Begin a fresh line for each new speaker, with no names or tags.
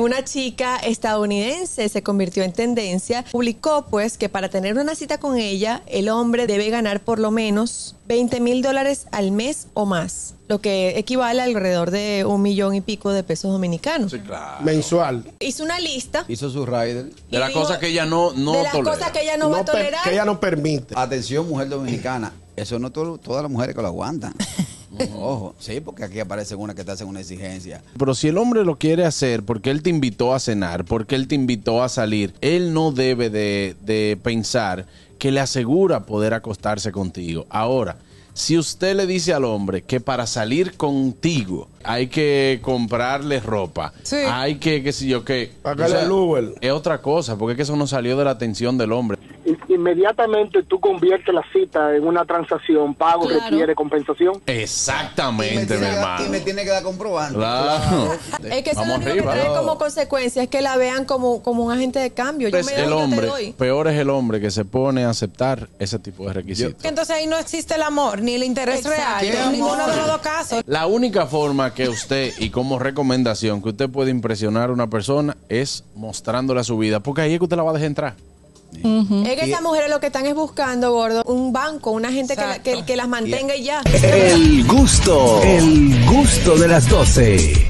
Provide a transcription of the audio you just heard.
una chica estadounidense se convirtió en tendencia, publicó pues que para tener una cita con ella, el hombre debe ganar por lo menos 20 mil dólares al mes o más, lo que equivale a alrededor de un millón y pico de pesos dominicanos.
Sí, claro.
mensual.
Hizo una lista
Hizo su rider.
Y
De las
digo,
cosas que ella no, no
de las
tolera.
cosas que ella no, va a
per-
tolerar.
que ella no permite.
Atención, mujer dominicana. Eso no to- todas las mujeres que lo aguantan. Ojo, sí, porque aquí aparecen una que te hacen una exigencia.
Pero si el hombre lo quiere hacer porque él te invitó a cenar, porque él te invitó a salir, él no debe de, de pensar que le asegura poder acostarse contigo. Ahora, si usted le dice al hombre que para salir contigo hay que comprarle ropa,
Sí.
hay que, qué sé yo, que...
Pagarle el Uber.
Es otra cosa, porque es que eso no salió de la atención del hombre.
Inmediatamente tú conviertes la cita en una transacción, pago
Claro.
requiere compensación.
Y me
Exactamente, mi
tiene que dar- y me
hermano.
tiene que dar comprobante.
Claro.
Es que eso es lo
Vamos
único
arriba.
que trae como consecuencia es que la vean como, como un agente de cambio. Yo
Es
me doy,
Pues el
yo te
hombre,
doy.
peor es el hombre que se pone a aceptar ese tipo de requisitos.
Que entonces ahí no existe el amor, ni el interés
Exacto.
real,
Amor.
en ninguno de los dos casos.
La única forma que usted, y como recomendación, que usted puede impresionar a una persona es mostrándole a su vida, porque ahí es que usted la va a dejar entrar.
Es que esas mujeres lo que están es buscando, gordo, un banco, una gente que, la- que- que las mantenga y ya.
El gusto, el gusto de las 12.